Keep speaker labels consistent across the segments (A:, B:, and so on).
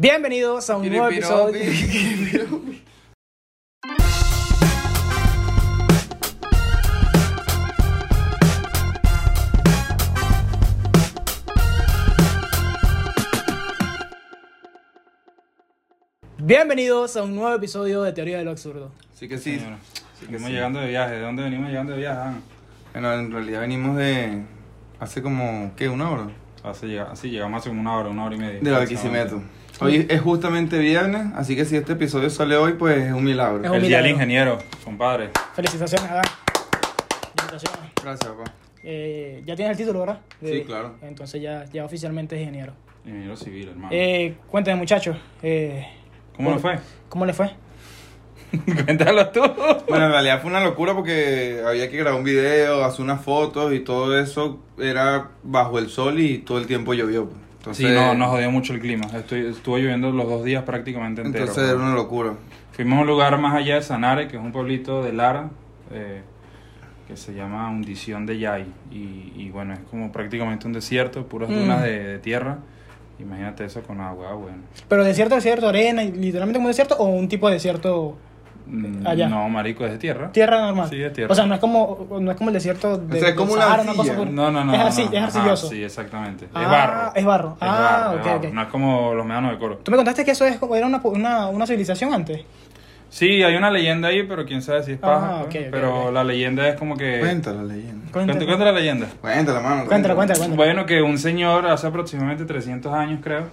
A: Bienvenidos a un nuevo episodio. Bienvenidos a un nuevo episodio de Teoría de lo Absurdo.
B: Sí que sí.
C: Señora,
B: sí que
C: venimos
B: sí.
C: llegando de viaje. ¿De dónde venimos llegando de viaje? Dan?
B: Bueno, en realidad venimos de hace como, ¿qué? ¿Una hora?
C: Hace llega- sí, llegamos hace como una hora, una hora y media.
B: De Barquisimeto. Hoy es justamente viernes, así que si este episodio sale hoy, pues es un milagro.
A: Es un-
C: El día
A: milagro.
C: del ingeniero, compadre.
A: Felicitaciones, Adán. Felicitaciones.
B: Gracias, papá.
A: Eh, ya tienes el título, ¿verdad?
B: Sí, claro.
A: Entonces ya, ya oficialmente es ingeniero.
C: Ingeniero civil, hermano.
A: Eh, cuéntame, muchachos. eh,
C: ¿Cómo nos fue?
A: ¿Cómo le fue?
C: Cuéntalo tú.
B: Bueno, en realidad fue una locura porque había que grabar un video, hacer unas fotos y todo eso era bajo el sol y todo el tiempo llovió. pues. Entonces,
C: Sí, no, nos jodió mucho el clima. Estoy- estuvo lloviendo los dos días prácticamente enteros.
B: entonces era una locura.
C: Fuimos a un lugar más allá de Sanare, que es un pueblito de Lara, eh, que se llama Hundición de Yay. Y, y bueno, es como prácticamente un desierto, puras
A: Mm.
C: dunas de, de tierra. Imagínate eso con agua, bueno.
A: ¿Pero desierto, desierto, arena, y literalmente como desierto o un tipo de desierto
C: Mm,
A: Allá.
C: No, marico, es de tierra.
A: Ah, tierra normal?
C: Sí, es tierra.
A: O sea, no es como, no es como el desierto de,
B: sea, es como una
A: Sahara, una cosa
B: arcilla.
A: por-
C: No, no, no.
A: Es, arci-
C: no,
A: es
C: no. Ajá,
A: arcilloso.
C: sí, exactamente.
A: Ah,
C: es barro.
A: es barro.
C: Es
A: Ah,
C: barro, es
A: ok,
C: barro.
A: ok.
C: No es como los medanos de coro.
A: Tú me contaste que eso es como- era una, una, una civilización antes.
C: Sí, hay una leyenda ahí, pero quién sabe si es paja.
A: Ah,
C: pues,
A: ok, ok,
C: pero
A: ok.
C: la leyenda es como que...
B: Cuéntala, leyenda.
C: Cuenta, cuenta la leyenda.
B: Cuéntala, mano.
A: Cuéntala, cuéntala, cuéntala.
C: Bueno, que un señor hace aproximadamente 300 años, creo,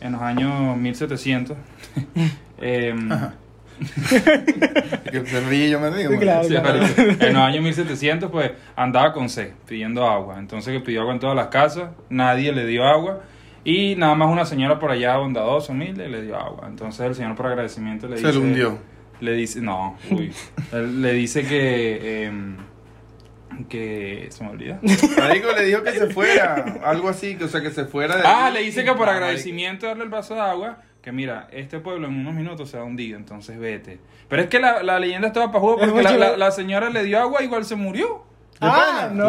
C: en los años 1700, em,
B: Que se ríe y yo me río.
A: Sí,
B: marico.
A: claro.
C: Sí, marico. En los años 1700, pues andaba con sed, pidiendo agua. Entonces, que pidió agua en todas las casas, nadie le dio agua. Y nada más una señora por allá, bondadosa, humilde, le dio agua. Entonces, el señor, por agradecimiento, le
B: Se
C: dice.
B: le hundió.
C: Le dice, no, uy. Él le dice que. em, que se me olvida.
B: Marico le dijo que se fuera, algo así, que, o sea, que se fuera de
C: Ah,
B: ahí.
C: le dice que por
B: Ah,
C: agradecimiento darle el vaso de agua, que mira, este pueblo en unos minutos se ha hundido, entonces vete. Pero es que la, la leyenda estaba para juego
A: Es
C: porque
A: muy
C: la,
A: chiva.
C: la- la señora le dio agua, igual se murió.
A: Ah, no.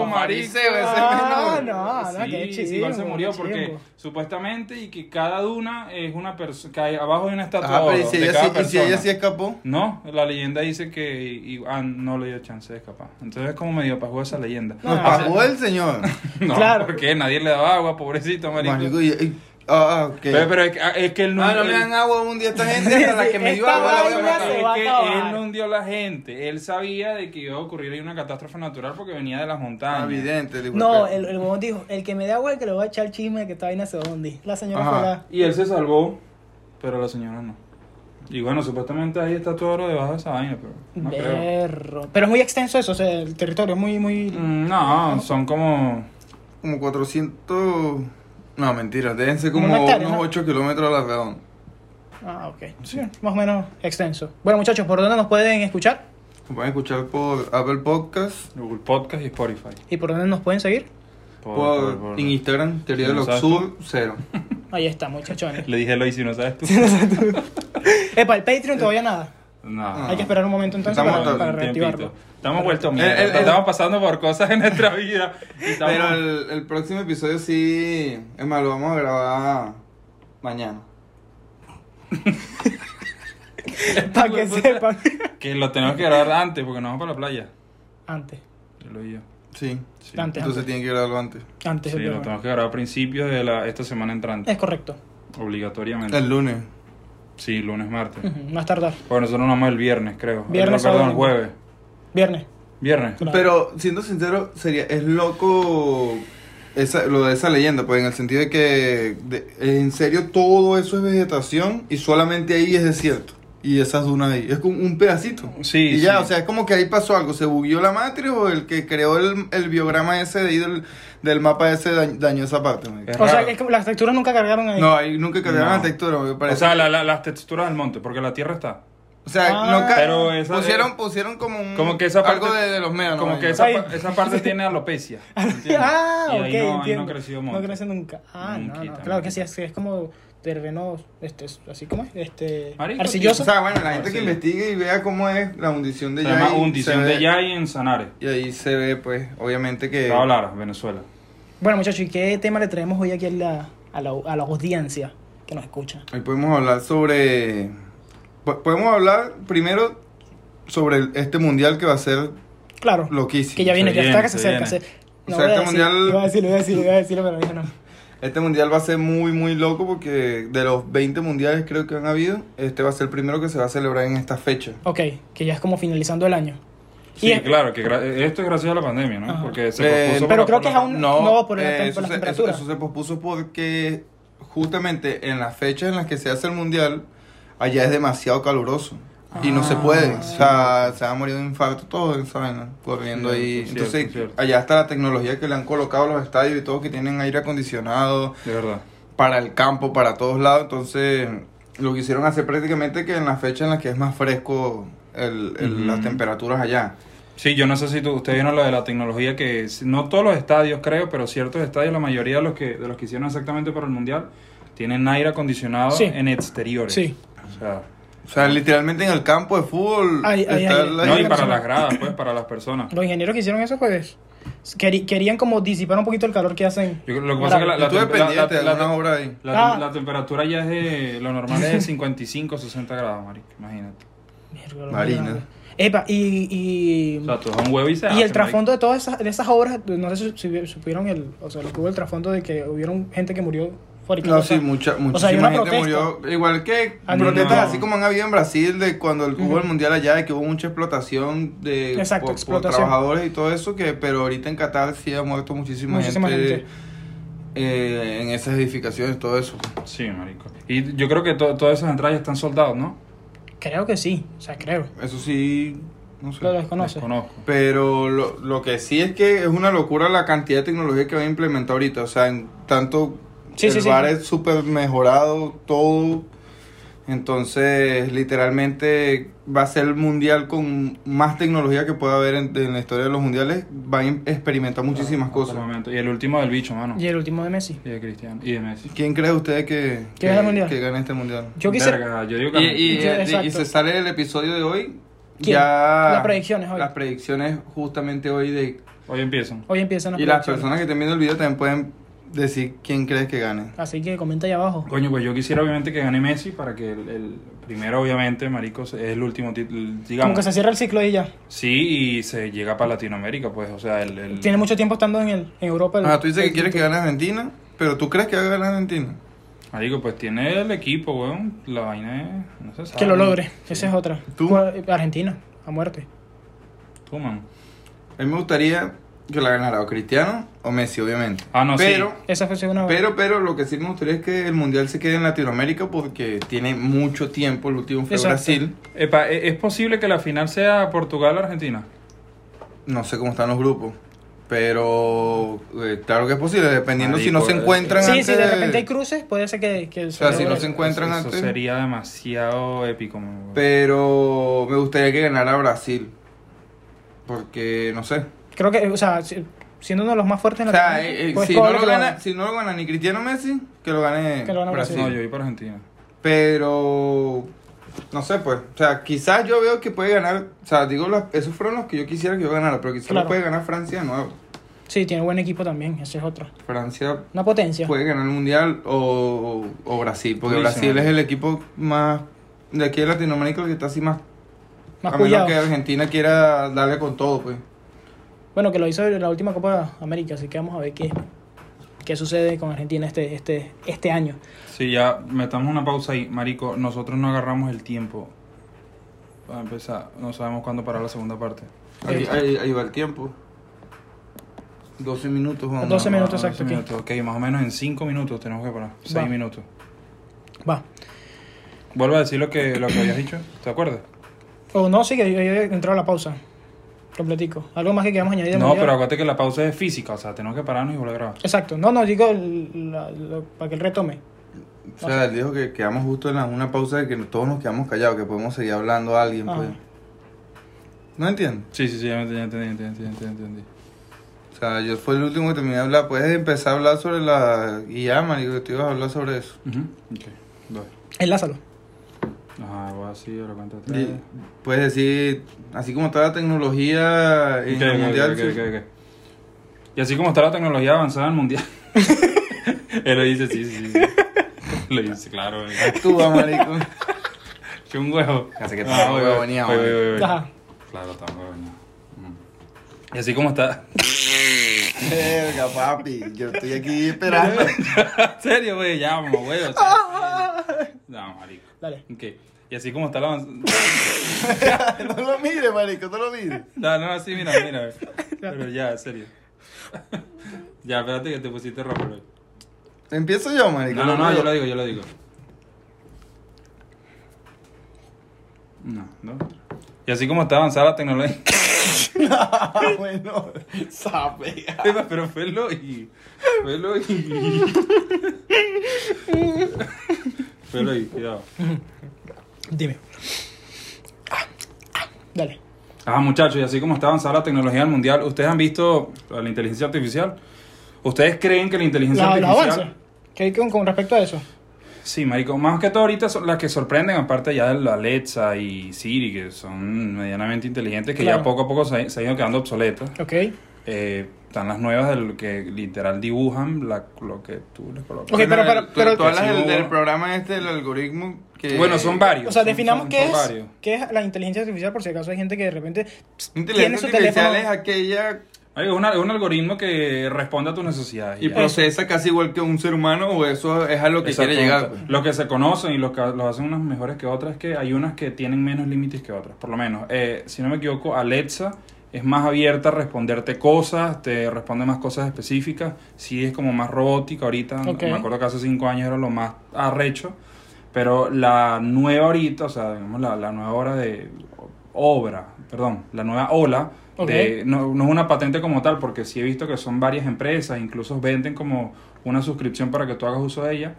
B: Ah,
C: marico.
B: fariseo, ese
A: Ah,
B: menor.
A: no, no,
C: sí,
A: qué
C: sí,
A: chimbo,
C: igual se murió
A: qué
C: porque
A: chimbo.
C: marico. y que cada duna es una persona, que hay abajo hay una estatua
B: Ajá,
C: de
B: Ah, pero ¿y
C: oro
B: si
C: de
B: ella
C: cada
B: sí- y si ella
C: persona.
B: sí escapó?
C: No, la leyenda dice que y- ah, no le dio chance de escapar. Entonces es como medio pajó esa leyenda.
A: No,
B: Nos
A: Ah,
B: pagó el señor.
C: No,
A: Claro.
C: porque nadie le daba agua, pobrecito, marico.
B: Marico, y- y- ah, ah, ok.
C: Pero, pero es, que, ah, es que él no...
B: Ah, no me
C: él-
B: dan agua un día esta gente, a la que me dio
A: Esta
B: agua la voy a
A: vaina
B: matar.
A: se va a
C: Es que
A: acabar.
C: él no hundió a la gente. Él sabía de que iba a ocurrir ahí una catástrofe natural porque venía de las montañas.
B: Ah, evidente, digo,
A: No,
B: pero-
A: el, el huevón dijo, el que me dé agua el que le va a echar chisme que esta vaina se va a hundir. La señora
B: Ajá.
A: fue la...
C: Y él se salvó, pero la señora no. Y bueno, supuestamente ahí está todo oro debajo de esa vaina, pero no creo.
A: Berro. Pero es muy extenso eso, o sea, el territorio es muy, muy...
C: Mm, No, son como...
B: Como 400... No, mentira, deben ser como
A: Una
B: unos
A: hectárea, ¿no?
B: 8 kilómetros a la redonda.
A: Ah, ok. Sí, más o menos extenso. Bueno, muchachos, ¿por dónde nos pueden escuchar?
B: Nos Pueden escuchar por Apple Podcast,
C: Google Podcast y Spotify.
A: ¿Y por dónde nos pueden seguir?
C: Por-
B: por,
C: por- por-
B: en Instagram, Teoría
C: Sí,
B: del
C: exacto.
B: Sur, cero.
A: Ahí está, muchachones.
C: Le dije lo y si no sabes tú.
A: Epa, el Patreon todavía nada.
C: Eh, no.
A: Hay que esperar un momento entonces
B: Estamos
A: para,
B: todo-
A: para
C: Un
A: reactivarlo.
C: tiempito. Estamos vueltos
B: El-
C: mierda.
B: el- el-
C: Estamos pasando por cosas en nuestra vida. y estamos-
B: Pero el, el próximo episodio sí, es más, lo vamos a grabar mañana.
A: Para que sepan.
C: Que lo tenemos que grabar antes porque nos vamos para la playa.
A: Antes,
C: Yo lo digo.
B: Sí,
C: Sí.
A: antes,
B: entonces
A: antes.
B: tienen que grabarlo antes.
A: Antes,
C: Sí,
A: es
C: lo
A: verdad.
C: tenemos que grabar a principios de la, esta semana entrante,
A: Es correcto.
C: obligatoriamente.
B: El lunes.
C: Sí, lunes, martes.
A: Ujú, Más tardar.
C: Bueno, nosotros nos vamos el viernes, creo.
A: Viernes,
C: El- perdón,
A: sábado.
C: el jueves.
A: Viernes.
C: Viernes.
A: Claro.
B: Pero siendo sincero, sería es loco esa, lo de esa leyenda, pues en el sentido de que de- en serio todo eso es vegetación y solamente ahí es desierto. Y esas dunas ahí, es como un pedacito.
C: Sí,
B: Y ya,
C: sí.
B: o sea, es como que ahí pasó algo, se bugueó la matriz o el que creó el, el biograma ese de ahí del, del mapa ese dañ- dañó esa parte. marico.
C: Es
A: O sea,
C: raro.
A: es como las texturas nunca cargaron ahí.
B: No, ahí nunca cambiaron
C: No.
B: la textura, me
C: O
B: parece.
C: sea, la- la- las texturas del monte, porque la tierra está.
B: O sea,
A: Ah.
B: no ca-
C: Pero esa-
B: pusieron, pusieron como un
C: Como que esa parte-
B: algo de, de los médanos.
C: Como
B: ahí.
C: que esa,
A: Ay.
C: pa- esa parte tiene alopecia. ¿entiendes?
A: Ah,
C: y
A: ok,
C: ahí no, ahí no
A: entiendo.
C: ha crecido monte.
A: No crece nunca. Ah, no,
C: Nunca,
A: no,
C: nunca.
A: Claro que sí, es, es como terreno, este, así como es, este,
C: Marico,
A: arcilloso.
B: O sea, bueno, la gente
C: Sí.
B: que investigue y vea cómo es la hundición de
C: Se llama
B: Yay,
C: hundición
B: se ve-
C: de Yay en Sanare.
B: Y ahí se ve, pues, obviamente que...
C: Cabo Lara, Venezuela.
A: Bueno, muchachos, ¿y qué tema le traemos hoy aquí a la, a la, a la audiencia? que nos escuchan.
B: Ahí podemos hablar sobre. po- Podemos hablar primero sobre el- este mundial que va a ser
A: Claro.
B: loquísimo.
A: Que ya viene,
C: Se
A: ya
C: viene,
A: está, que se
C: se
A: acerca.
C: viene.
A: se-
B: O
A: No, voy a
B: sea, este
A: decir,
B: mundial-
A: iba a decirlo, iba a decirlo, iba a decirlo, pero dije no.
B: Este mundial va a ser muy, muy loco porque de los 20 mundiales creo que han habido, este va a ser el primero que se va a celebrar en esta fecha.
A: Ok, que ya es como finalizando el año.
C: Sí,
A: Y es-
C: claro, que gra- esto es gracias a la pandemia, ¿no?
A: Ajá.
C: Porque se
B: Eh,
C: pospuso
A: pero
C: por la-
A: creo que es
C: por la-
A: aún- no, por la tem- por
B: eso,
A: las
B: se, eso,
A: temperaturas.
B: eso se pospuso porque justamente en las fechas en las que se hace el mundial, allá es demasiado caluroso. Y no se
A: Ah.
B: puede, o sea, se ha morido de infarto todo, ¿saben? Corriendo
C: Cierto,
B: ahí.
C: cierto,
B: Entonces,
C: cierto.
B: allá está la tecnología que le han colocado a los estadios y todo, que tienen aire acondicionado,
C: De verdad.
B: para el campo, para todos lados. Entonces, lo que hicieron hacer prácticamente que en la fecha en la que es más fresco el, el-
C: Ujú.
B: las temperaturas allá.
C: Sí, yo no sé si tú, ustedes vieron lo de la tecnología que es- no todos los estadios creo, pero ciertos estadios, la mayoría de los que de los que hicieron exactamente para el mundial tienen aire acondicionado
A: Sí.
C: en exteriores.
A: Sí.
C: O sea,
B: O sea, literalmente en el campo de fútbol
A: Ay, ay, ay,
B: el
A: ay.
C: no, y
B: aire
C: para
A: acondicionado.
C: las gradas, pues, para las personas.
A: Los ingenieros que hicieron eso, pues, queri- querían como disipar un poquito el calor que hacen.
C: Yo- lo que pasa es que la, la,
B: Estuve
C: tem- la-
B: pendiente
C: la-
B: de
C: la-
B: una obra ahí.
C: la tem-
A: Ah.
C: la temperatura ya es de lo normal es de 55 60 grados, marico, imagínate.
A: Mierda, lo
B: Marina.
A: más grande. Epa, y... y...
C: O sea, tú es un huevo y se
A: Y el
C: hace,
A: trasfondo de todas esas, de esas obras, no sé si, si supieron el, o sea, lo que hubo el trasfondo de que hubieron gente que murió fabricando.
B: No,
A: o sea,
B: sí, mucha, muchísima
A: hay una
B: gente
A: protesta.
B: murió. Igual que
A: Ah, no,
B: protestas
C: no.
B: así como han habido en Brasil de cuando el- hubo el mundial allá, de que hubo mucha explotación de
A: Exacto,
B: por, por
A: explotación.
B: trabajadores y todo eso, que pero ahorita en Qatar sí ha muerto muchísima,
A: Muchísima
B: gente,
A: gente.
B: eh, en esas edificaciones, todo eso.
C: marico. Sí, marico. Y yo creo que to- todas esas entradas ya están soldados, ¿no?
A: Creo que sí, o sea, creo.
B: Eso sí, no sé.
A: Lo desconoce.
C: Desconozco.
B: Pero lo, lo que sí es que es una locura la cantidad de tecnología que va a implementar ahorita. O sea, en tanto
A: Sí,
B: el
A: sí, sí.
B: bar es súper mejorado, todo. Entonces, literalmente va a ser el mundial con más tecnología que pueda haber en, en la historia de los mundiales. Van a experimentar muchísimas cosas.
C: Momento. Y el último del bicho, mano.
A: Y el último de Messi.
C: Y de Cristiano. Y de Messi.
B: ¿Quién cree usted que,
A: ¿Que gana el mundial?
B: que gane este mundial?
A: Yo quise
C: Verga, yo digo
B: Y,
C: que.
B: y-
A: Sí,
B: eh,
A: exacto.
B: y se sale el episodio de hoy.
A: ¿Quién?
B: Ya
A: Las predicciones hoy.
B: Las predicciones justamente hoy de
C: Hoy empiezan.
A: hoy empiezan las
B: Y las
A: predicciones.
B: personas que estén viendo el video también pueden decir quién crees que gane.
A: Así que comenta ahí abajo.
C: Coño, pues yo quisiera obviamente que gane Messi para que el, el primero, obviamente, Marico, se- es el último título,
A: Como
C: digamos.
A: que se cierra el ciclo ahí ya.
C: Sí, y se llega para Latinoamérica, pues, o sea, el... el-
A: Tiene mucho tiempo estando en el en Europa. el-
B: Ah, tú dices
A: el
B: que quieres que
A: título.
B: gane Argentina, pero tú crees que va a ganar Argentina.
C: Marico, pues tiene el equipo, weón. La vaina es... No se sabe.
A: Que lo logre. Esa es otra.
B: Ah, ¿Tú?
A: Cu- Argentina, a muerte.
C: Tú, man.
B: A mí me gustaría que la ganara o Cristiano o Messi, obviamente.
C: Ah, no, sí.
B: pero,
A: Esa fue una
B: Pero, pero lo que sí me gustaría es que el Mundial se quede en Latinoamérica porque tiene mucho tiempo. El último fue
A: Exacto.
B: Brasil.
C: Epa, ¿e- ¿es posible que la final sea Portugal-Argentina?
B: No sé cómo están los grupos. Pero eh, claro que es posible, dependiendo si no
C: Marico,
B: se
C: eh.
B: encuentran
A: Sí,
B: antes
A: sí, de
B: de-
A: repente hay cruces, puede ser que... que
B: sea, si no
A: logre.
B: se encuentran
C: Eso-
B: antes.
C: Eso sería demasiado épico, man.
B: Pero me gustaría que ganara Brasil. Porque, no sé,
A: Creo que, o sea, si- siendo uno de los más fuertes en
B: O
A: la
B: sea,
A: temporada,
B: eh, eh,
A: pues
B: si, no
A: probable
B: lo
A: que lo
B: gana,
A: hagan.
B: si no lo gana ni Cristiano Messi, que lo gane
A: Que lo gane
B: Brasil.
C: No, yo voy para Argentina.
B: Pero, no sé, pues. O sea, quizás yo veo que puede ganar. O sea, digo, las- esos fueron los que yo quisiera que yo ganara, pero quizás
A: Claro.
B: lo puede ganar Francia de nuevo.
A: Sí, tiene buen equipo también, esa es otra.
B: Francia
A: Una potencia.
B: puede ganar el Mundial o, o Brasil, porque
C: Durísimo.
B: Brasil es el equipo más. De aquí de Latinoamérica, el que está así más.
A: más
B: a menos
A: cuidado.
B: que Argentina quiera darle con todo, pues.
A: Bueno, que lo hizo en la última Copa América, así que vamos a ver qué, qué sucede con Argentina este, este, este año.
C: Sí, ya metamos una pausa ahí, marico. Nosotros no agarramos el tiempo. Para empezar, no sabemos cuándo parar la segunda parte.
B: Ahí,
A: Sí.
B: ahí- ahí va el tiempo. 12 minutos, vamos.
A: 12
C: No,
A: minutos,
C: no,
A: exacto,
C: 12
A: aquí.
C: minutos. Ok, más o menos en 5 minutos tenemos que parar. 6 minutos.
A: Va.
C: Vuelvo a decir lo que, lo que habías dicho, ¿te acuerdas?
A: O no, sí, que yo, yo he entrado a la pausa. Completico. Algo más que queramos añadir. de
C: No,
A: Mundial?
C: pero acuérdate que la pausa es física, o sea, tenemos que pararnos y volver a grabar.
A: Exacto. No, no, digo el- la- lo- para que él retome.
B: O sea, él dijo que quedamos justo en la- una pausa de que todos nos quedamos callados, que podemos seguir hablando a alguien, pues.
A: Ajá.
B: No entiendo.
C: Sí, sí, sí, ya entendí, ya entendí, ya entendí, ya entendí, ya entendí.
B: O sea, yo fue el último que terminé de hablar. Puedes empezar a hablar sobre la guía, marico, que tú ibas a hablar sobre eso.
C: Ujú, Ok, voy.
A: Enlázalo.
C: Ajá, voy así, a la cuenta de tres.
B: Di- Puedes decir, así como está la tecnología en
C: Ok,
B: el
C: ok,
B: mundial.
C: ok,
B: sí.
C: ok, ok. Y así como está la tecnología avanzada en el mundial. Él lo dice, sí, sí, sí. Le dice, claro, eh,
B: Actúa, marico.
C: que un huevo. Así
B: que estamos huevoneados, marico.
A: Ajá.
C: Claro, estamos huevoneados. Mm. Y así como está.
B: Verga, papi. Yo estoy aquí esperando.
C: En serio, güey, ya, mamá, güey. O sea, no, marico.
A: Dale.
C: Ok. Y así como está la avanz-
B: no lo mire, marico, no lo mire.
C: No, no, así, mira, mira. güey. Pero ya, en serio. ya, espérate que te pusiste rojo, güey.
B: Empiezo yo, marico.
C: No, no, no, yo lo digo, yo lo digo. No, no. Y así como está avanzada la tecnología.
B: Ah, bueno. Sabe.
C: Pero Felo y. Felo y. Felo y, cuidado.
A: Dime. Ah, Dale.
C: Ah, muchachos, y así como está avanzada la tecnología del mundial, ¿ustedes han visto la inteligencia artificial? ¿Ustedes creen que la inteligencia
A: La- Los
C: artificial.
A: avances. ¿Qué hay con, con respecto a eso?
C: Sí, marico, más que todo ahorita son las que sorprenden, aparte ya de la Alexa y Siri, que son medianamente inteligentes, que
A: Claro.
C: ya poco a poco se, ha- se han ido quedando obsoletas.
A: Ok.
C: Eh, están las nuevas del que literal dibujan la- lo que tú le colocas.
A: Ok, pero- pero- pero-
B: Tú hablas
C: Sí,
B: del,
C: hubo-
B: del programa este, el algoritmo. Que...
C: Bueno, son varios.
A: O sea,
C: son-
A: definamos
C: son-
A: qué
C: son
A: es,
C: varios.
A: qué es la inteligencia artificial, por si acaso hay gente que de repente pss, tiene su
B: Inteligencia artificial es
A: teléfono.
B: aquella
C: Marico, es, una- es un algoritmo que responde a tus necesidades.
B: y
C: ya.
B: procesa casi igual que un ser humano o eso es a lo que
C: Exacto.
B: quiere llegar. pues.
C: Lo que se conocen y lo que los hacen unas mejores que otras es que hay unas que tienen menos límites que otras. Por lo menos, eh, si no me equivoco, Alexa es más abierta a responderte cosas, te responde más cosas específicas. Sí es como más robótica ahorita.
A: Ok.
C: Me acuerdo que hace cinco años era lo más arrecho. Pero la nueva ahorita, o sea, digamos la, la nueva hora de obra, perdón, la nueva ola,
A: Ok.
C: de, no, no es una patente como tal, porque sí he visto que son varias empresas, incluso venden como una suscripción para que tú hagas uso de ella,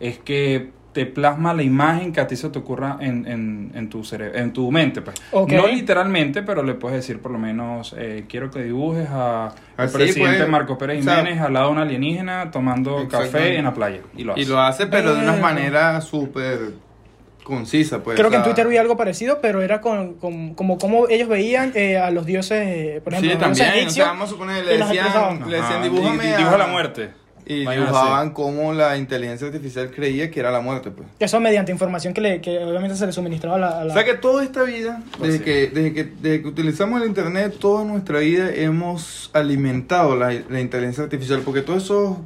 C: es que te plasma la imagen que a ti se te ocurra en, en, en tu, cere- en tu mente. Pues.
A: Ok.
C: No literalmente, pero le puedes decir por lo menos, eh, quiero que dibujes a al
B: Así,
C: presidente
B: pues,
C: Marcos Pérez
B: o sea,
C: Jiménez al lado de un alienígena tomando café
B: Exactamente.
C: en la playa. Y lo hace.
B: Y lo hace, pero de una
A: Eh,
B: manera súper concisa. Pues,
A: Creo que
B: o
A: en
B: sea,
A: Twitter vi algo parecido, pero era con, con- como cómo ellos veían eh, a los dioses, eh, por ejemplo, los dioses
B: Sí, también. O sea,
A: egipcios.
B: vamos a suponer,
A: y
B: le
A: las
B: decían,
A: expresaban.
B: le decían
C: Ajá,
B: dibújame.
C: di- di-
B: a-
C: dibuja la muerte.
B: Y
C: Vayan a
B: dibujaban
C: hacer.
B: cómo la inteligencia artificial creía que era la muerte. Pues.
A: Eso mediante información que, le, que obviamente se le suministraba a la... a la-
B: O sea que toda esta vida,
C: Pues
B: desde,
C: sí.
B: que, desde, que, desde que utilizamos el internet, toda nuestra vida hemos alimentado la, la inteligencia artificial. Porque todos esos,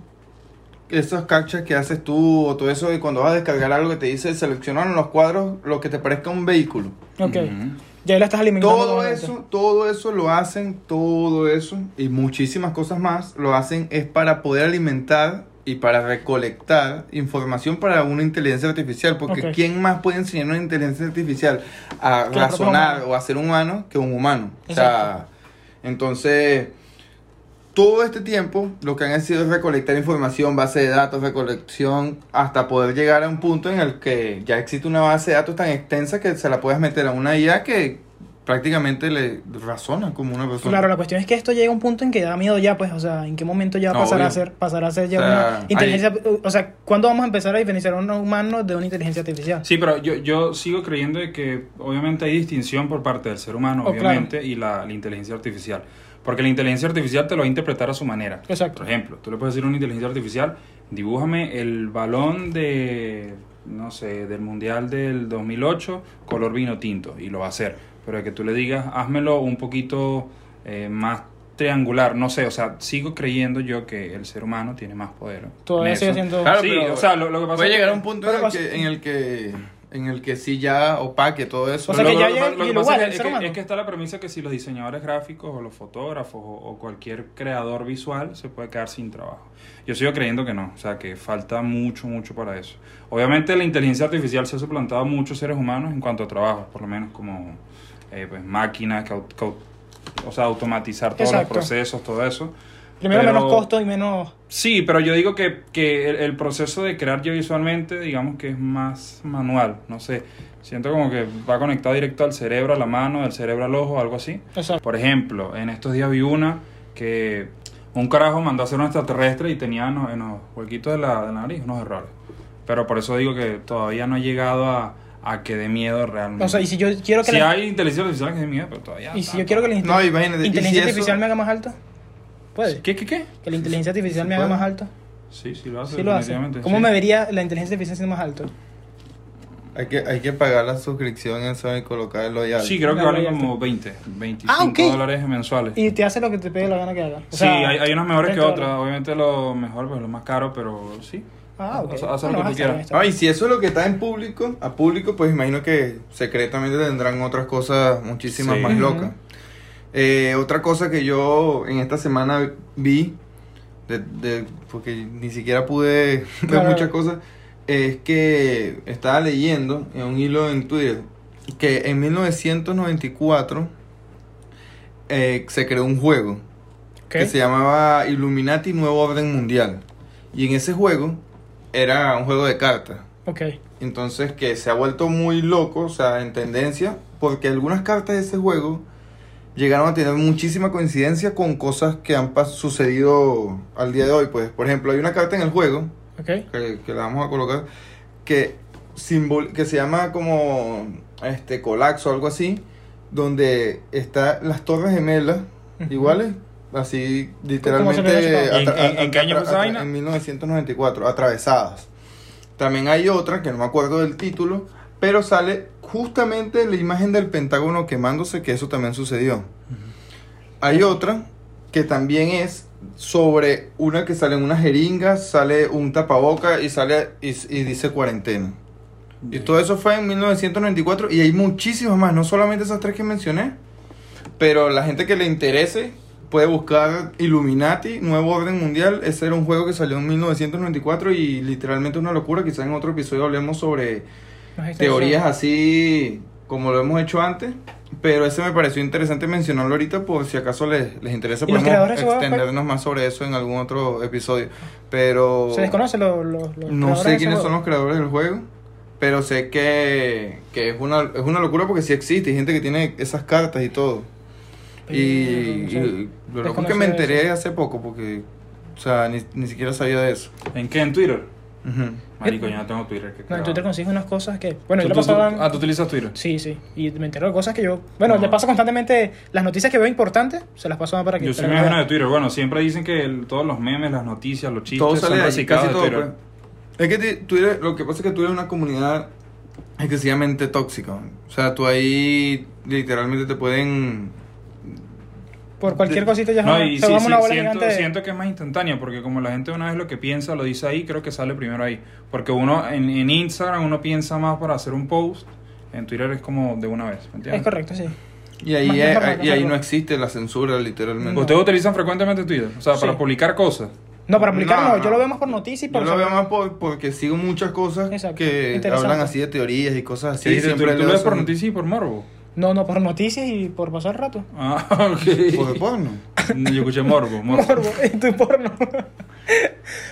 B: esos captchas que haces tú, o todo eso de cuando vas a descargar algo que te dice seleccionar en los cuadros lo que te parezca un vehículo.
A: Ok.
C: Ujú.
A: Ya la estás alimentando.
B: Todo
A: nuevamente.
B: eso, todo eso lo hacen, todo eso y muchísimas cosas más lo hacen es para poder alimentar y para recolectar información para una inteligencia artificial, porque
A: Ok.
B: ¿quién más puede enseñar una inteligencia artificial a
A: propio
B: razonar
A: humano.
B: o a ser humano que un humano? O sea, entonces todo este tiempo lo que han sido es recolectar información, base de datos, recolección, hasta poder llegar a un punto en el que ya existe una base de datos tan extensa que se la puedes meter a una IA que prácticamente le razona como una persona.
A: Claro, la cuestión es que esto llega a un punto en que da miedo ya, pues, o sea, ¿en qué momento ya pasará a
B: Obvio.
A: ser, pasará a ser ya
B: O sea,
A: una inteligencia, o sea, ¿cuándo vamos a empezar a diferenciar a un humano de una inteligencia artificial?
C: Sí, pero yo, yo sigo creyendo de que obviamente hay distinción por parte del ser humano,
A: Oh,
C: obviamente, y la, la inteligencia artificial. Porque la inteligencia artificial te lo va a interpretar a su manera.
A: Exacto.
C: Por ejemplo, tú le puedes decir a una inteligencia artificial, dibújame el balón de, no sé, del Mundial del 2008, color vino tinto, y lo va a hacer. Pero que tú le digas, házmelo un poquito eh, más triangular, no sé, o sea, sigo creyendo yo que el ser humano tiene más poder. en
A: Todavía sigue
C: eso.
A: siendo-
C: Claro,
B: Sí,
C: pero, o sea, lo, lo que pasa
B: Puede
C: es que-
B: llegar a un punto en
A: Pero
B: el, que, en el que en el que sí ya opaque todo eso.
A: O sea
C: Lo-
A: que
C: lo-
A: ya
C: lo-
A: llega
C: lo que
A: el
C: pasa
A: lugar,
C: es
A: el
C: que-
A: ser
C: es
A: humano.
C: que, es que está la premisa que si los diseñadores gráficos o los fotógrafos o, o cualquier creador visual se puede quedar sin trabajo. Yo sigo creyendo que no, o sea, que falta mucho, mucho para eso. Obviamente la inteligencia artificial se ha suplantado a muchos seres humanos en cuanto a trabajo, por lo menos como eh, pues, máquinas, que au- que au- o sea, automatizar todos
A: Exacto.
C: los procesos, todo eso.
A: Primero
C: Pero-
A: menos costo y menos...
C: Sí, pero yo digo que, que el, el proceso de crear yo visualmente, digamos que es más manual, no sé. Siento como que va conectado directo al cerebro, a la mano, del cerebro al ojo, algo así.
A: Exacto.
C: Por ejemplo, en estos días vi una que un carajo mandó a hacer un extraterrestre y tenía en los, en los huequitos de la, de la nariz unos errores. Pero por eso digo que todavía no he llegado a, a que dé miedo realmente.
A: O sea, y si yo quiero que
C: Sí
A: la-
C: hay inteligencia artificial que dé miedo, pero todavía...
A: y si yo
C: tanto.
A: quiero que la
B: No, imagínate, y si
A: inteligencia
B: eso-
A: artificial me haga más alta, puede.
C: ¿Qué, qué, qué?
A: Que la inteligencia artificial
B: Sí,
A: me haga
B: puede.
A: más alta.
C: Sí, sí lo hace.
A: Sí lo hace.
C: definitivamente,
A: ¿Cómo
C: sí.
A: me vería la inteligencia artificial siendo más alto?
B: Hay que, hay que pagar la suscripción en Sony y colocarlo ya.
C: Sí, creo que
A: No,
C: vale
A: ya está.
C: como 20, 25
A: Ah, ok.
C: dólares mensuales.
A: Y te hace lo que te pegue la gana que haga. O
C: sí,
A: sea,
C: hay, hay unas mejores que
A: 30
C: otras.
A: dólares.
C: Obviamente lo mejor, pues lo más caro, pero sí.
A: Ah, ok.
C: Haz- haz lo
A: Bueno,
C: que tú
A: vas a
C: quieras.
A: hacer esto.
B: Ah, y si eso es lo que está en público, a público, pues imagino que secretamente tendrán otras cosas muchísimas
C: Sí.
B: más
A: Ujú.
B: locas. Eh, otra cosa que yo en esta semana vi, de- de- porque ni siquiera pude ver
A: Claro.
B: muchas cosas, es que estaba leyendo en un hilo en Twitter que en 1994 eh, se creó un juego
A: Ok.
B: que se llamaba Illuminati Nuevo Orden Mundial. Y en ese juego era un juego de cartas.
A: Ok.
B: Entonces que se ha vuelto muy loco, o sea, en tendencia, porque algunas cartas de ese juego llegaron a tener muchísima coincidencia con cosas que han pas- sucedido al día de hoy. Pues, por ejemplo, hay una carta en el juego,
A: Ok.
B: que, que la vamos a colocar, que, simbol- que se llama como este colapso o algo así, donde están las torres gemelas
A: Ujú.
B: iguales, así
A: se llama
B: literalmente...
A: eso?
C: ¿En-
B: atra-
C: en- en qué
B: atra-
C: año fue esa
B: atra-
C: vaina?
B: En 1994, atravesadas. También hay otra, que no me acuerdo del título, pero sale justamente la imagen del Pentágono quemándose, que eso también sucedió. Hay otra que también es sobre una que sale en una jeringa, sale un tapaboca y sale y, y dice cuarentena. Y todo eso fue en 1994 y hay muchísimas más, no solamente esas tres que mencioné, pero la gente que le interese puede buscar Illuminati, Nuevo Orden Mundial, ese era un juego que salió en 1994 y literalmente una locura, quizás en otro episodio hablemos sobre
A: Más extensión.
B: teorías así como lo hemos hecho antes, pero ese me pareció interesante mencionarlo ahorita por si acaso les, les interesa,
A: ¿Y los
B: podemos
A: creadores de ese juego,
B: extendernos más sobre eso en algún otro episodio, pero
A: ¿Se desconoce los los- los
B: no
A: creadores de
B: sé
A: ese
B: quiénes
A: juego?
B: son los creadores del juego, pero sé que, que es, una, es una locura porque sí existe, hay gente que tiene esas cartas y todo. Y,
A: Pero, no sé.
B: y lo loco es que
A: Desconocía
B: me enteré
A: eso.
B: hace poco porque, o sea, ni, ni siquiera sabía de eso.
C: ¿En qué? ¿En Twitter?
B: Ujú.
C: Marico,
B: ¿Eh?
C: yo no tengo Twitter. qué
A: No, en
C: cagada.
A: Twitter consigues unas cosas que. Bueno,
C: ¿Tú-
A: yo le
C: tú- tú-
A: pasaba.
C: Ah, tú utilizas Twitter.
A: Sí, sí. Y me entero de cosas que yo. Bueno,
C: No.
A: le paso constantemente. Las noticias que veo importantes, se las paso a Ana para que.
C: Yo soy
A: para
C: muy
A: que-
C: ajeno de Twitter. Bueno, siempre dicen que el- todos los memes, las noticias, los chistes
B: todo sale
C: son
B: de ahí,
C: reciclados
B: casi
C: de
B: todo,
C: Twitter.
B: pues. Es que ti- Twitter, lo que pasa es que Twitter es una comunidad excesivamente tóxica. O sea, tú ahí literalmente te pueden...
A: Por cualquier cosita ya
C: No, y
A: se
C: sí,
A: va
C: sí,
A: una bola
C: siento,
A: gigante. de-
C: siento que es más instantánea, porque como la gente una vez lo que piensa lo dice ahí, creo que sale primero ahí. Porque uno en, en Instagram uno piensa más para hacer un post, en Twitter es como de una vez, ¿me entiendes?
A: Es correcto, sí.
B: Y ahí,
A: Más
B: es-
A: mejor, más
B: y ahí
A: mejor.
B: no existe la censura, literalmente.
C: ¿Ustedes utilizan frecuentemente Twitter? O sea, para
A: Sí.
C: publicar cosas.
A: No, para aplicar
B: No,
A: no,
B: no.
A: yo lo veo más por noticias y
B: Yo
A: por.
B: lo veo más por, porque sigo muchas cosas
A: Exacto,
B: que
A: interesante.
B: hablan así de teorías y cosas así.
C: Sí, tú, tú
B: siempre
C: lo
B: leo
C: ves
B: eso
C: por
B: en-
C: noticias y por morbo.
A: No, no, por noticias y por pasar rato.
C: Ah, ok.
B: Por porno.
C: Yo escuché morbo, morbo.
A: Morbo, y tu porno.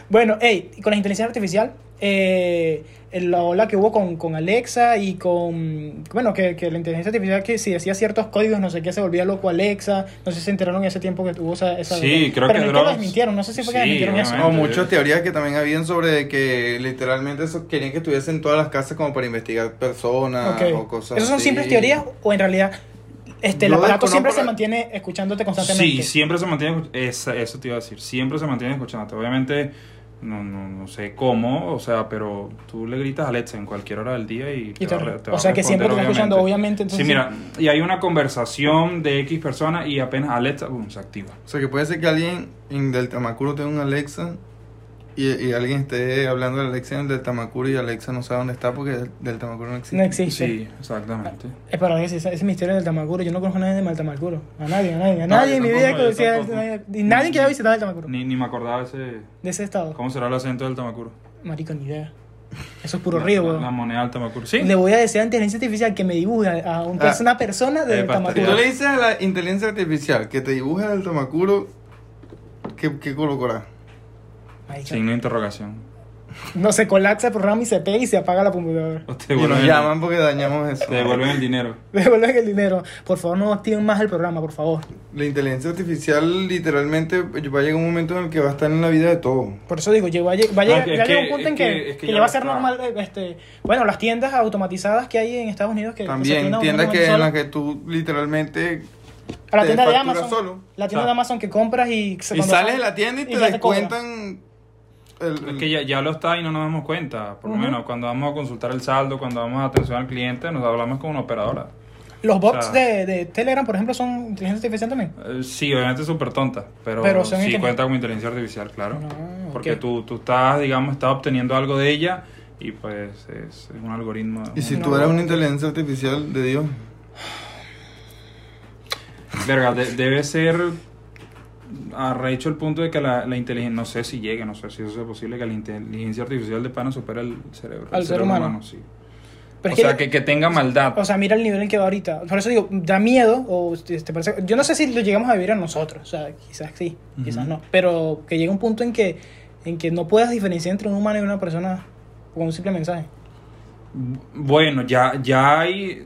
A: bueno, hey, con la inteligencia artificial, eh, la ola que hubo con, con Alexa y con. Bueno, que, que la inteligencia artificial, que si decía ciertos códigos, no sé qué, se volvía loco Alexa. No sé si se enteraron en ese tiempo que tuvo esa. esa
C: Sí, creo
A: Pero no
C: que
A: es
C: Dross-
A: la desmintieron, no sé si fue que
C: Sí,
A: desmintieron eso.
C: obviamente.
B: O muchas teorías que también habían sobre que literalmente eso querían que estuviesen en todas las casas como para investigar personas
A: Ah, Ok.
B: o cosas
A: ¿Esas son
B: así.
A: simples teorías o en realidad este, el
B: Yo
A: aparato
B: desconozco
A: siempre se
B: la-
A: mantiene escuchándote
C: Sí,
A: constantemente?
C: siempre se mantiene escuch- esa- eso te iba a decir, siempre se mantiene escuchándote. Obviamente, no, no, no sé cómo, o sea, pero tú le gritas a Alexa en cualquier hora del día y,
A: Y
C: va a
A: te-
C: re- va
A: o
C: a
A: sea que siempre te está
C: responder,
A: escuchando, obviamente. Entonces,
C: Sí, mira, y hay una conversación de X persona y apenas Alexa, boom, se activa.
B: O sea, que puede ser que alguien en del Tamacuro tenga un Alexa y, y alguien esté hablando de Alexa en el del Tamacuro y Alexa no sabe dónde está porque del, del Tamacuro no existe.
A: No existe.
C: Sí, exactamente.
A: Es para ese, ese misterio del Tamacuro. Yo no conozco a nadie de Tamacuro. A nadie, a nadie. A
B: No,
A: nadie
B: yo
A: en mi
B: tampoco,
A: vida
C: yo
A: conocía.
C: tampoco.
A: nadie- Y nadie que haya visitado el Tamacuro.
C: Ni, ni me acordaba ese...
A: De ese estado.
C: ¿Cómo será el acento del Tamacuro?
A: Marico, ni idea. Eso es puro
C: La-
A: río,
C: la-
A: weón.
C: La moneda del Tamacuro. Sí.
A: Le voy a decir a la inteligencia artificial que me dibuje a un
B: Ah.
A: pers- una persona de
C: Epa,
B: Si tú
A: Tamacuro.
B: le dices a la inteligencia artificial que te dibuje del Tamacuro, ¿qué, qué colocará?
A: Marico,
C: Signo de interrogación.
A: No se colapsa el programa y se pega y se apaga la computadora.
C: O te
B: Y
C: devuelven
B: nos
C: el-
B: llaman porque dañamos eso.
C: Te devuelven el dinero.
A: Devuelven el dinero. Por favor, no activen más el programa, por favor.
B: La inteligencia artificial literalmente va a llegar un momento en el que va a estar en la vida de todo.
A: Por eso digo, llegó a, lleg- va a
C: No,
A: llegar,
C: es que-
A: ya
C: es
A: llega un
C: que-
A: punto en
C: es
A: que,
C: que- es que
A: que
C: ya
A: ya va a
C: lo
A: ser
C: está.
A: normal. eh, Este, bueno, las tiendas automatizadas que hay en Estados Unidos que que se
B: También
A: tienda
B: tiendas que pues en
A: automatizada.
B: las que tú literalmente
A: A la
B: te
A: tienda de
B: facturas
A: Amazon.
B: solo.
A: La tienda
C: Claro.
A: de Amazon que compras y, se-
B: Y
A: cuando
B: sales
A: sales-
B: de la tienda y te
A: ya cobran.
B: descuentan el-
C: Es que ya, ya lo está y no nos damos cuenta. Por lo
A: Mm. Ujú.
C: menos cuando vamos a consultar el saldo, cuando vamos a atención al cliente, nos hablamos con una operadora.
A: Los bots
C: O sea-
A: de, de Telegram, por ejemplo, son inteligencia artificial también.
C: Eh, sí, obviamente es súper tonta, pero,
A: Pero son
C: sí
A: inteligen-
C: cuenta con inteligencia artificial, claro.
A: Ah, ok.
C: Porque tú, tú estás, digamos, estás obteniendo algo de ella y pues es, es un algoritmo.
B: Y si
A: No.
B: tú eras una inteligencia artificial de Dios,
C: Verga, de- debe ser arrecho el punto de que la, la inteligencia, no sé si llegue, no sé si eso es posible, que la inteligencia artificial de pana supera el cerebro.
A: Al
C: el
A: ser
C: cerebro
A: humano.
C: sí.
A: Pero
C: o
A: es
C: sea, que, que tenga maldad.
A: O sea, mira el nivel en que va ahorita. Por eso digo, da miedo. O te te parece, yo no sé si lo llegamos a vivir a nosotros. O sea, quizás sí, quizás
C: Ujú.
A: no. Pero que llega un punto en que, en que no puedas diferenciar entre un humano y una persona con un simple mensaje.
C: Bueno, ya, ya hay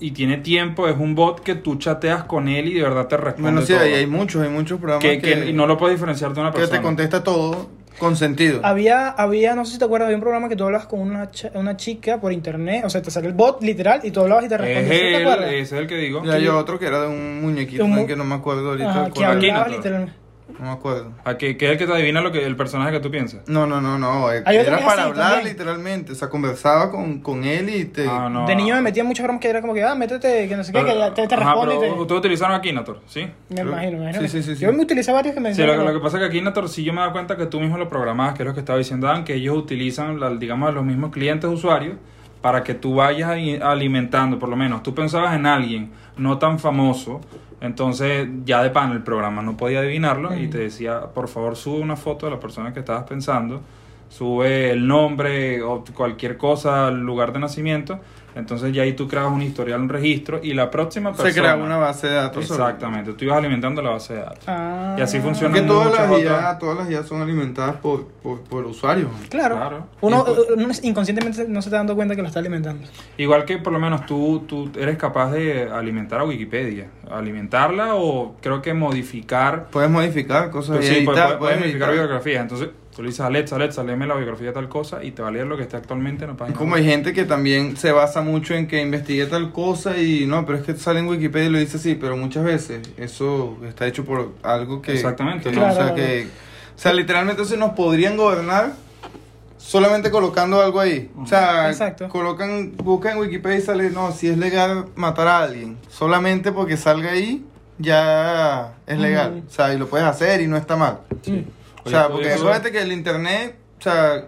C: y tiene tiempo, es un bot que tú chateas con él y de verdad te responde.
B: bueno, sí,
C: todo.
B: hay, hay muchos, hay muchos programas
C: que,
B: que,
C: que y no lo puedes diferenciar de una
B: que
C: persona.
B: te contesta todo con sentido.
A: Había, había, no sé si te acuerdas, había un programa que tú hablabas con una, cha- una chica por internet. O sea, te sale el bot literal y tú hablabas y te
C: Es
A: respondía. ¿Sí te
C: él,
A: acuerdas?
C: ese es el que digo.
B: Ya hay otro que era de un muñequito
A: Un mu-
B: que no me acuerdo ahorita.
A: Ajá, que
B: cuál era.
C: Aquino,
A: hablabas
C: todo.
A: literalmente.
B: No me acuerdo.
C: ¿A que, que es el que te adivina lo que el personaje que tú piensas.
B: No, no, no, no. eh,
A: Hay otro que
B: Era
A: es
B: para
A: así
B: hablar
A: también.
B: literalmente. O sea, conversaba con, con él y te.
C: Ah, no.
A: De niño me metía en muchos bromas que era como que, ah, métete, que no sé qué, que ya te, te
C: Ajá,
A: responde. y
C: pero
A: te-
C: ustedes utilizaron Akinator, ¿sí?
A: Me imagino, me imagino.
B: Sí,
A: que-
B: sí, sí,
A: Yo
B: sí.
A: me utilicé varios que me
C: Sí,
A: decían.
C: lo, que- lo que pasa es que Akinator sí yo me da cuenta que tú mismo lo programabas, que es lo que estaba diciendo Dan, que ellos utilizan, la- digamos, a los mismos clientes usuarios para que tú vayas ahí alimentando, por lo menos. Tú pensabas en alguien no tan famoso, entonces ya de pan el programa no podía adivinarlo y
A: Mm.
C: te decía, por favor, sube una foto de la persona que estabas pensando, sube el nombre o cualquier cosa, el lugar de nacimiento, entonces ya ahí tú creas un historial, un registro y la próxima persona...
B: se creaba una base de datos. sobre-
C: Exactamente, tú ibas alimentando la base de datos.
A: Ah.
C: Y así funciona.
B: Porque todas las,
C: Muchas
B: ideas,
C: otras.
B: todas las ideas son alimentadas por, por, por usuarios.
A: Claro.
C: Claro. pues-
A: Uno,
B: Inclu-
A: eh, uno inconscientemente no se está dando cuenta que lo está alimentando.
C: Igual que por lo menos tú, tú eres capaz de alimentar a Wikipedia. Alimentarla o creo que modificar.
B: Puedes modificar cosas.
C: Pues
B: y
C: sí, puedes-
B: editar,
C: puedes, modificar
B: editar.
C: biografías. Entonces tú le dices, Alexa, Alexa, léeme la biografía de tal cosa y te va a leer lo que está actualmente en la
B: Es
C: página.
B: como hay gente que también se basa mucho en que investigué tal cosa y no, pero es que sale en Wikipedia y lo dice así, pero muchas veces eso está hecho por algo que...
C: Exactamente.
B: que no, o, sea,
A: Claro.
B: que, o sea, literalmente entonces nos podrían gobernar solamente colocando algo ahí. O sea,
A: Exacto.
B: colocan, buscan en Wikipedia y sale, no, si es legal matar a alguien, solamente porque salga ahí ya es legal.
A: Ujú.
B: O sea, y lo puedes hacer y no está mal. O sea, porque acuérdate que el internet, o sea,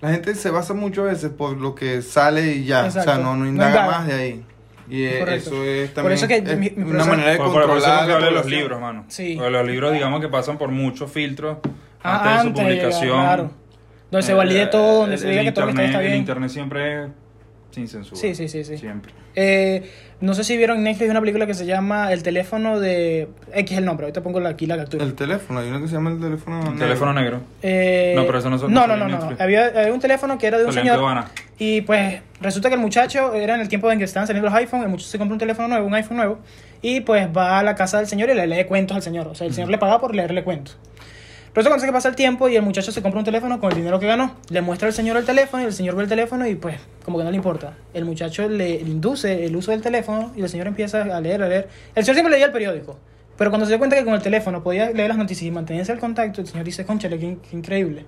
B: la gente se basa muchas veces por lo que sale y ya.
A: Exacto.
B: O sea, no, no
A: No
B: indaga
A: indaga.
B: más de ahí. Y eh,
A: Correcto.
B: eso es
A: Por
B: también
A: eso que
B: es
A: mi- mi
B: una
A: profesor-
B: manera de
C: Por, por, por eso
B: controlar
C: es lo que
B: la
C: hablo de los
B: población.
C: libros, mano.
A: Sí.
C: Porque los libros, digamos, que pasan por muchos filtros
A: Ah,
C: antes de su
A: antes de llegar,
C: publicación.
A: claro. Donde se
C: Eh,
A: valide todo, donde
C: el-
A: se diga
C: el
A: que todo lo que está,
C: internet-
A: está bien.
C: El internet siempre es sin censura.
A: Sí, sí, sí, sí.
C: Siempre.
A: Eh, no sé si vieron en Netflix una película que se llama El teléfono de. X es el nombre, ahorita pongo la- aquí la captura.
B: El teléfono, hay uno que se llama el teléfono
C: Un
B: negro.
C: Teléfono negro.
A: Eh,
C: No, pero eso no se- no
A: No, no,
C: salió
A: no.
C: en
A: no.
C: Netflix.
A: Había, había un teléfono que era de un
C: Salió en
A: señor.
C: Cuevana.
A: Y pues resulta que el muchacho era en el tiempo en que estaban saliendo los iPhones. El muchacho se compra un teléfono nuevo, un iPhone nuevo. Y pues va a la casa del señor y le lee cuentos al señor. O sea, el señor le pagaba por leerle cuentos. Pero eso acontece que pasa el tiempo y el muchacho se compra un teléfono con el dinero que ganó. Le muestra al señor el teléfono y el señor ve el teléfono y pues como que no le importa. El muchacho le induce el uso del teléfono y el señor empieza a leer, a leer. El señor siempre leía el periódico. Pero cuando se dio cuenta que con el teléfono podía leer las noticias y mantenerse al contacto, el señor dice, conchale, qué, in- qué increíble.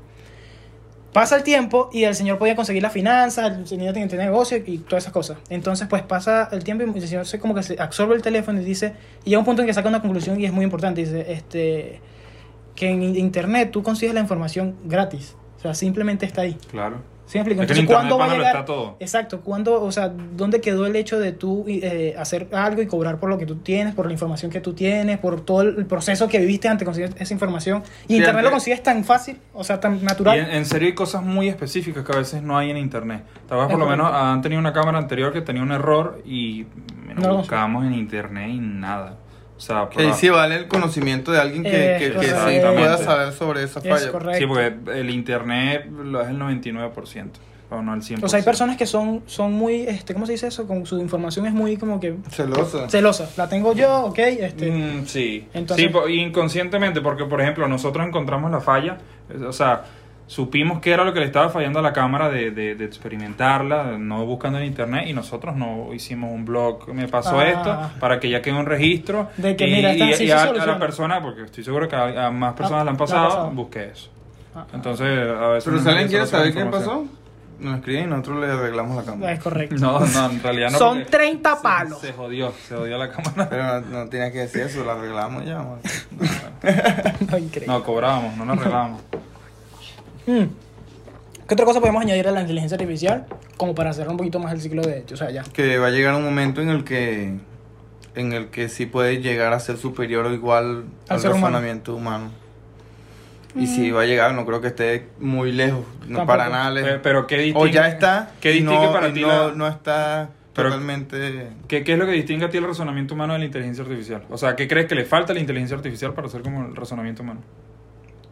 A: Pasa el tiempo y el señor podía conseguir las finanzas, el señor tenía tenía negocio y todas esas cosas. Entonces, pues pasa el tiempo y el señor se como que se absorbe el teléfono y dice, y llega un punto en que saca una conclusión y es muy importante, dice, este, que en internet tú consigues la información gratis. O sea, simplemente está ahí.
C: Claro.
A: ¿Sí me explico?
C: Es que en
A: Entonces,
C: internet,
A: ¿cuándo va a
C: pana, lo
A: llegar?
C: está todo.
A: Exacto, ¿cuándo, o sea, dónde quedó el hecho de tú eh, hacer algo y cobrar por lo que tú tienes, por la información que tú tienes, por todo el proceso que viviste antes de conseguir esa información? Y
B: Sí,
A: internet lo
B: antes-
A: consigues tan fácil, o sea, tan
C: Y
A: natural.
C: en, en serio hay cosas muy específicas que a veces no hay en internet. Tal vez
A: Es
C: por lo menos
A: correcto.
C: han tenido una cámara anterior que tenía un error y bueno,
A: No lo
C: buscábamos en internet y nada. O sea,
B: Que ahí
C: por-
B: sí vale el conocimiento de alguien que,
A: Eh,
B: que, que sí
A: correcto.
B: pueda saber sobre esa
A: Es
B: falla.
A: correcto.
C: sí, porque el internet lo es el 99%, o no el 100%.
A: O sea, hay personas que son, son muy, este, ¿cómo se dice eso? Con su información es muy como que
B: Celosa.
A: celosa. La tengo yo, ok, este,
C: Mm, sí.
A: Entonces-
C: Sí, po- inconscientemente, porque por ejemplo, nosotros encontramos la falla, eh, o sea, supimos que era lo que le estaba fallando a la cámara de, de- de experimentarla, no buscando en internet, y nosotros no hicimos un blog, me pasó
A: Ah.
C: esto, para que ya quede un registro.
A: De que,
C: y,
A: mira, esta
C: y-
A: sí
C: y
A: se
C: a, a
A: soluciona.
C: la persona, porque estoy seguro que a, a más personas
A: Ah,
C: le han
A: le ha
C: pasado,
A: pasado.
C: busqué eso.
A: Ah, ah.
C: Entonces, a veces.
B: Pero si
C: no
B: alguien
C: me
B: quiere
C: interesa la
B: saber qué pasó,
C: información.
B: nos escriben y nosotros le arreglamos la cámara.
A: ah, Es correcto.
C: No, no, en realidad no.
A: Son
C: porque
A: 30
C: se-
A: palos.
C: Se, jodió, se jodió la cámara.
B: Pero no, no tienes que decir eso, la arreglamos ya. amor.
A: No, increíble.
C: No, cobrábamos, no nos arreglábamos.
A: Mm. ¿Qué otra cosa podemos añadir a la inteligencia artificial? Como para cerrar un poquito más el ciclo de. O sea, ya.
B: Que va a llegar un momento en el que en el que sí puede llegar a ser superior o igual
A: Al
B: al,
A: ser humano.
B: razonamiento humano. Y si va a llegar, no creo que esté muy lejos, no para
A: Tampoco.
B: nada lejos.
C: Pe- Eh, Pero qué
B: o
C: distingue.
B: ya está,
C: ¿Qué
B: y
C: distingue
B: no,
C: para
B: y
C: ti
B: no,
C: la-
B: no está
C: Pero-
B: totalmente
C: ¿Qué, qué es lo que distingue a ti el razonamiento humano de la inteligencia artificial? O sea, ¿qué crees que le falta a la inteligencia artificial para ser como el razonamiento humano?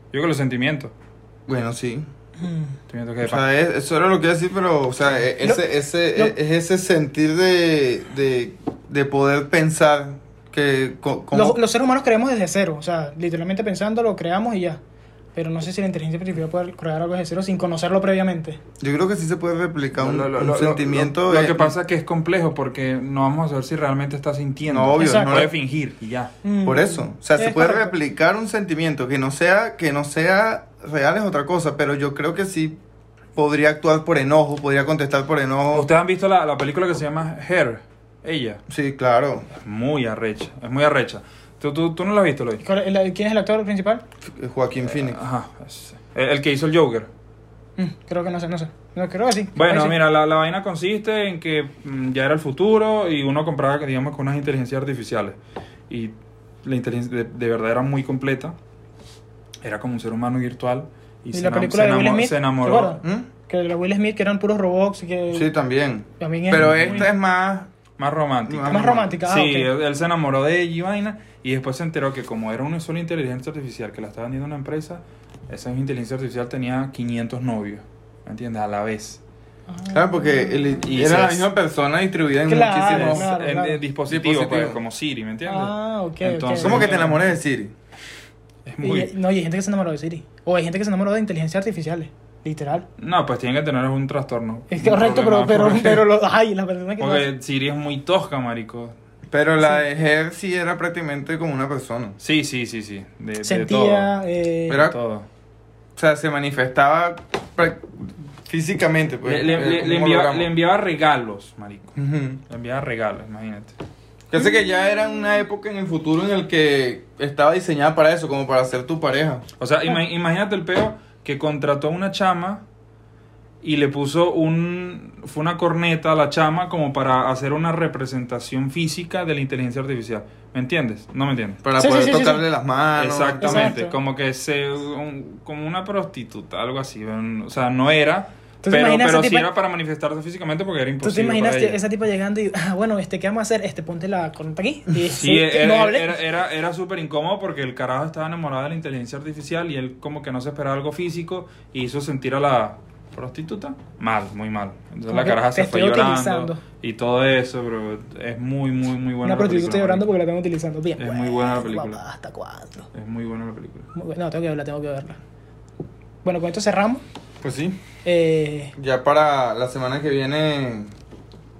C: Yo creo que los sentimientos.
B: bueno, sí.
A: Mm.
C: Sentimientos que
B: O sea, es- eso era lo que iba a decir, pero o sea, e-
A: Lo-
B: ese, ese,
A: lo-
B: e- es ese sentir de, de, de poder pensar que co- como-
A: Los, los seres humanos creamos desde cero. O sea, literalmente pensando, lo creamos y ya. Pero no sé si la inteligencia artificial puede crear algo desde cero sin conocerlo previamente.
B: yo creo que sí se puede replicar un,
C: Lo- lo-
B: un
C: lo- lo-
B: sentimiento
C: Lo, lo
B: eh,
C: que pasa es que es complejo porque no vamos a saber si realmente está sintiendo.
B: No, obvio,
A: Exacto.
C: Puede fingir y ya.
A: Mm.
B: Por eso, o sea, se
A: Es
B: puede
A: correcto.
B: replicar un sentimiento que no sea que no sea real es otra cosa, pero yo creo que sí podría actuar por enojo, podría contestar por enojo.
C: Ustedes han visto la, la película que se llama Her, ella.
B: Sí, claro.
C: Es muy arrecha, es muy arrecha. ¿Tú, tú, tú no la has visto, Lois?
A: ¿Cuál es la- ¿Quién es el actor principal?
B: F-
C: Ah.
B: Joaquín Phoenix.
C: Ajá. es- El, el que hizo el Joker.
A: Mm, creo que no sé, no sé. No, creo que sí.
C: Bueno,
A: Ahí sí.
C: mira, la, la vaina consiste en que mm, ya era el futuro y uno compraba, digamos, con unas inteligencias artificiales. Y la inteligencia de, de verdad era muy completa. Era como un ser humano virtual. Y,
A: ¿Y
C: se,
A: la
C: enam-
A: película
C: se
A: de Will
C: enamo-
A: Smith?
C: se
A: ¿Se
C: enamoró.
A: acuerdan?
B: ¿Mm?
A: Que la Will Smith, que eran puros robots. y Que
B: Sí, también.
A: también es
B: Pero
A: muy-
B: esta es más
C: Más romántica.
A: Más romántica. Ah,
C: sí, eh,
A: ok.
C: él, él se enamoró de ella y vaina. Y después se enteró que como era una sola inteligencia artificial que la estaba vendiendo una empresa, esa misma inteligencia artificial tenía 500 novios. ¿Me entiendes? A la vez.
A: Ah.
B: Claro, porque él-
C: Y
B: era
C: se
B: la
C: hace-
B: misma persona distribuida en
A: Claro,
B: muchísimos.
A: claro.
C: en, en dispositivo,
B: Dispositivo.
C: pues, como Siri, ¿me entiendes?
A: Ah, ok.
C: Entonces-
A: ok.
B: ¿Cómo que te enamores de Siri?
C: Es
A: Y-
C: muy...
A: no, y hay gente que se enamoró de Siri. O hay gente que se enamoró de inteligencias artificiales. Literal.
C: No, pues tienen que tener un trastorno.
A: Es
C: Un
A: correcto, pero,
C: problema,
A: pero,
C: porque-
A: pero lo- ay, la persona que lo hace.
C: Porque Siri es muy tosca, marico.
B: Pero la de Her sí era prácticamente como una persona.
C: Sí, sí, sí, sí. De, de
A: sentía.
C: todo.
A: eh,
B: Pero-
C: De todo.
B: O sea, se manifestaba pra- físicamente.
C: Le,
B: Pues, eh,
C: le- le-
B: como
C: le enviaba,
B: holograma.
C: le enviaba regalos, marico.
B: Ujú.
C: Le enviaba regalos, imagínate.
B: Yo sé que ya era una época en el futuro en el que estaba diseñada para eso, como para ser tu pareja.
C: O sea, ima- imagínate el peo que contrató a una chama y le puso un. Fue una corneta a la chama como para hacer una representación física de la inteligencia artificial. ¿Me entiendes? No me entiendes.
B: Para
A: Sí,
B: poder
A: sí, sí, sí,
B: tocarle
A: sí.
B: las manos.
C: Exactamente,
A: Ah, Exacto.
C: como que se. un- como una prostituta, algo así. un- O sea, no era.
A: te
C: Pero,
A: imaginas
C: pero
A: ese
C: sí
A: tipo-
C: era para manifestarse físicamente porque
A: ¿Tú
C: era
A: te
C: imposible.
A: imaginas
C: para ella.
A: esa tipa llegando y, ah, bueno, este, ¿qué vamos a hacer? Este, ponte la corneta aquí. Y,
C: Sí, era,
A: no
C: era,
A: hablé.
C: era- era súper incómodo porque el carajo estaba enamorado de la inteligencia artificial y él como que no se esperaba algo físico y hizo sentir a la prostituta mal, muy mal. Entonces
A: Como
C: la
A: que
C: caraja
A: te
C: se fue
A: estoy
C: llorando
A: utilizando.
C: y todo eso, pero es muy, muy, muy buena
A: Una
C: la
A: prostituta
C: película,
A: llorando
C: marico.
A: porque la están utilizando. Bien.
C: Es
A: pues,
C: muy buena la película.
A: guapa, ¿Hasta cuándo?
C: Es muy buena la película.
A: Muy buena. No, tengo que verla, tengo que verla. Bueno, con esto cerramos.
B: Pues sí.
A: Eh,
B: Ya para la semana que viene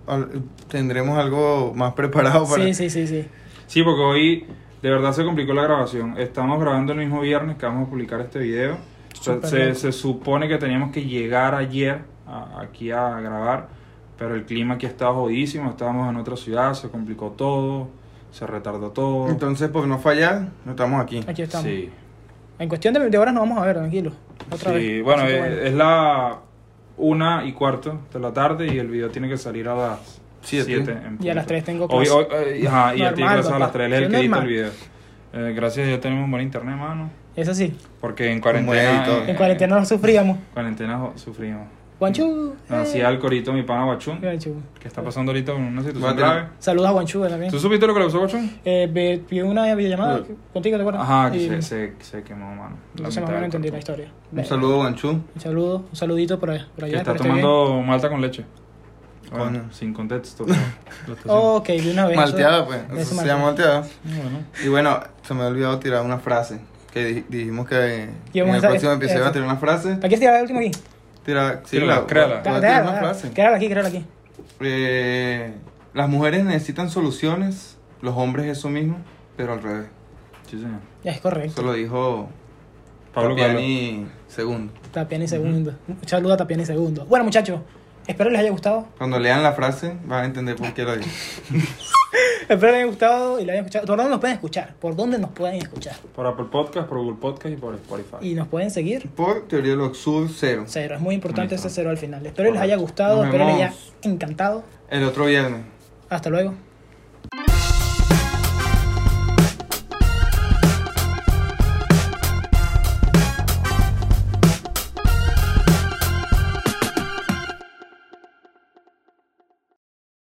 B: al- tendremos algo más preparado para...
A: sí, sí, sí, sí.
C: Sí, porque hoy de verdad se complicó la grabación. Estamos grabando el mismo viernes que vamos a publicar este video. O sea,
A: Súper
C: Se,
A: bien.
C: se supone que teníamos que llegar ayer a- aquí a grabar, pero el clima aquí estaba jodidísimo. Estábamos en otra ciudad, se complicó todo, se retardó todo.
B: Entonces, por no fallar, no estamos aquí.
A: Aquí estamos.
C: sí.
A: En cuestión de, de horas nos vamos a ver, tranquilo. Otra
C: Sí,
A: vez.
C: bueno, eh,
A: Así que
C: es, es la una y cuarto de la tarde y el video tiene que salir a las
B: Siete.
C: 7.
A: Y a las tres tengo
C: Hoy,
A: clase.
C: hoy, eh, ajá, y a ti
A: Normal,
C: a las
A: papá.
C: 3 es el
A: Sí,
C: que edita el
A: normal.
C: video. Eh, gracias, ya tenemos buen internet, mano.
A: Es así.
C: Porque en
B: Bueno,
C: cuarentena. eh,
B: y todo.
A: En cuarentena nos sufríamos.
C: cuarentena jo- sufrimos.
A: Guanchu. eh.
C: Hacía el corito mi pana Guachún,
A: Guanchu.
C: que está pasando ahorita con una situación
B: Bueno, te lo-
C: grave.
A: Saludos a Guanchu también.
C: ¿Tú supiste lo que le pasó a Guachún?
A: Eh, ve- vi una videollamada
B: Sí.
A: contigo, ¿te acuerdas?
C: Ajá, que
A: Y-
C: se, se, se quemó, mano. La
A: Entonces más o
C: mitad
A: menos
C: del
A: entendí la
C: cuerpo.
A: historia.
B: Un
A: Ve-
B: saludo, Guanchu.
A: Un saludo, un saludito por, allá- por este
C: Que
A: allá.
C: está
A: espero esté
C: tomando malta con leche.
B: Coño.
C: Bueno, sin contexto. pero lo está
A: bien. Ok, de una vez.
B: Malteada, pues.
A: Eso
B: Eso se
A: malteada.
B: llama malteada.
C: haciendo. Ah, Bueno.
B: Y bueno, se me ha olvidado tirar una frase. Que di- dijimos que
A: Y
B: en
A: vamos
B: el
A: a-
B: próximo episodio
A: eso.
B: va a tirar una frase.
A: Aquí está el último aquí.
B: Tira, sí,
C: Tírala,
B: la-
C: créala.
B: voy a tirar una frase.
A: Quédalo aquí, quédalo aquí.
B: Eh, las mujeres necesitan soluciones, los hombres eso mismo, pero al revés.
C: Sí, señor.
A: Ya, Es correcto.
B: Eso lo dijo
C: Pablo
B: Tapiani segundo.
A: Tapiani segundo. Un saludo a Tapiani segundo. Bueno, muchachos, espero les haya gustado.
B: Cuando lean la frase van a entender por qué lo digo.
A: Espero les haya gustado y lo hayan escuchado. ¿Por dónde nos pueden escuchar? ¿Por dónde nos pueden escuchar?
C: Calvo. Por Apple Podcast, por Google Podcast y por Spotify.
A: Y nos pueden seguir.
B: Por teoría del Sur cero.
A: Cero, es muy importante
C: Listo.
A: ese cero al final. Espero les
C: Correcto.
A: haya gustado,
B: Nos
A: espero les haya
B: vemos.
A: encantado.
B: El otro viernes.
A: Hasta luego.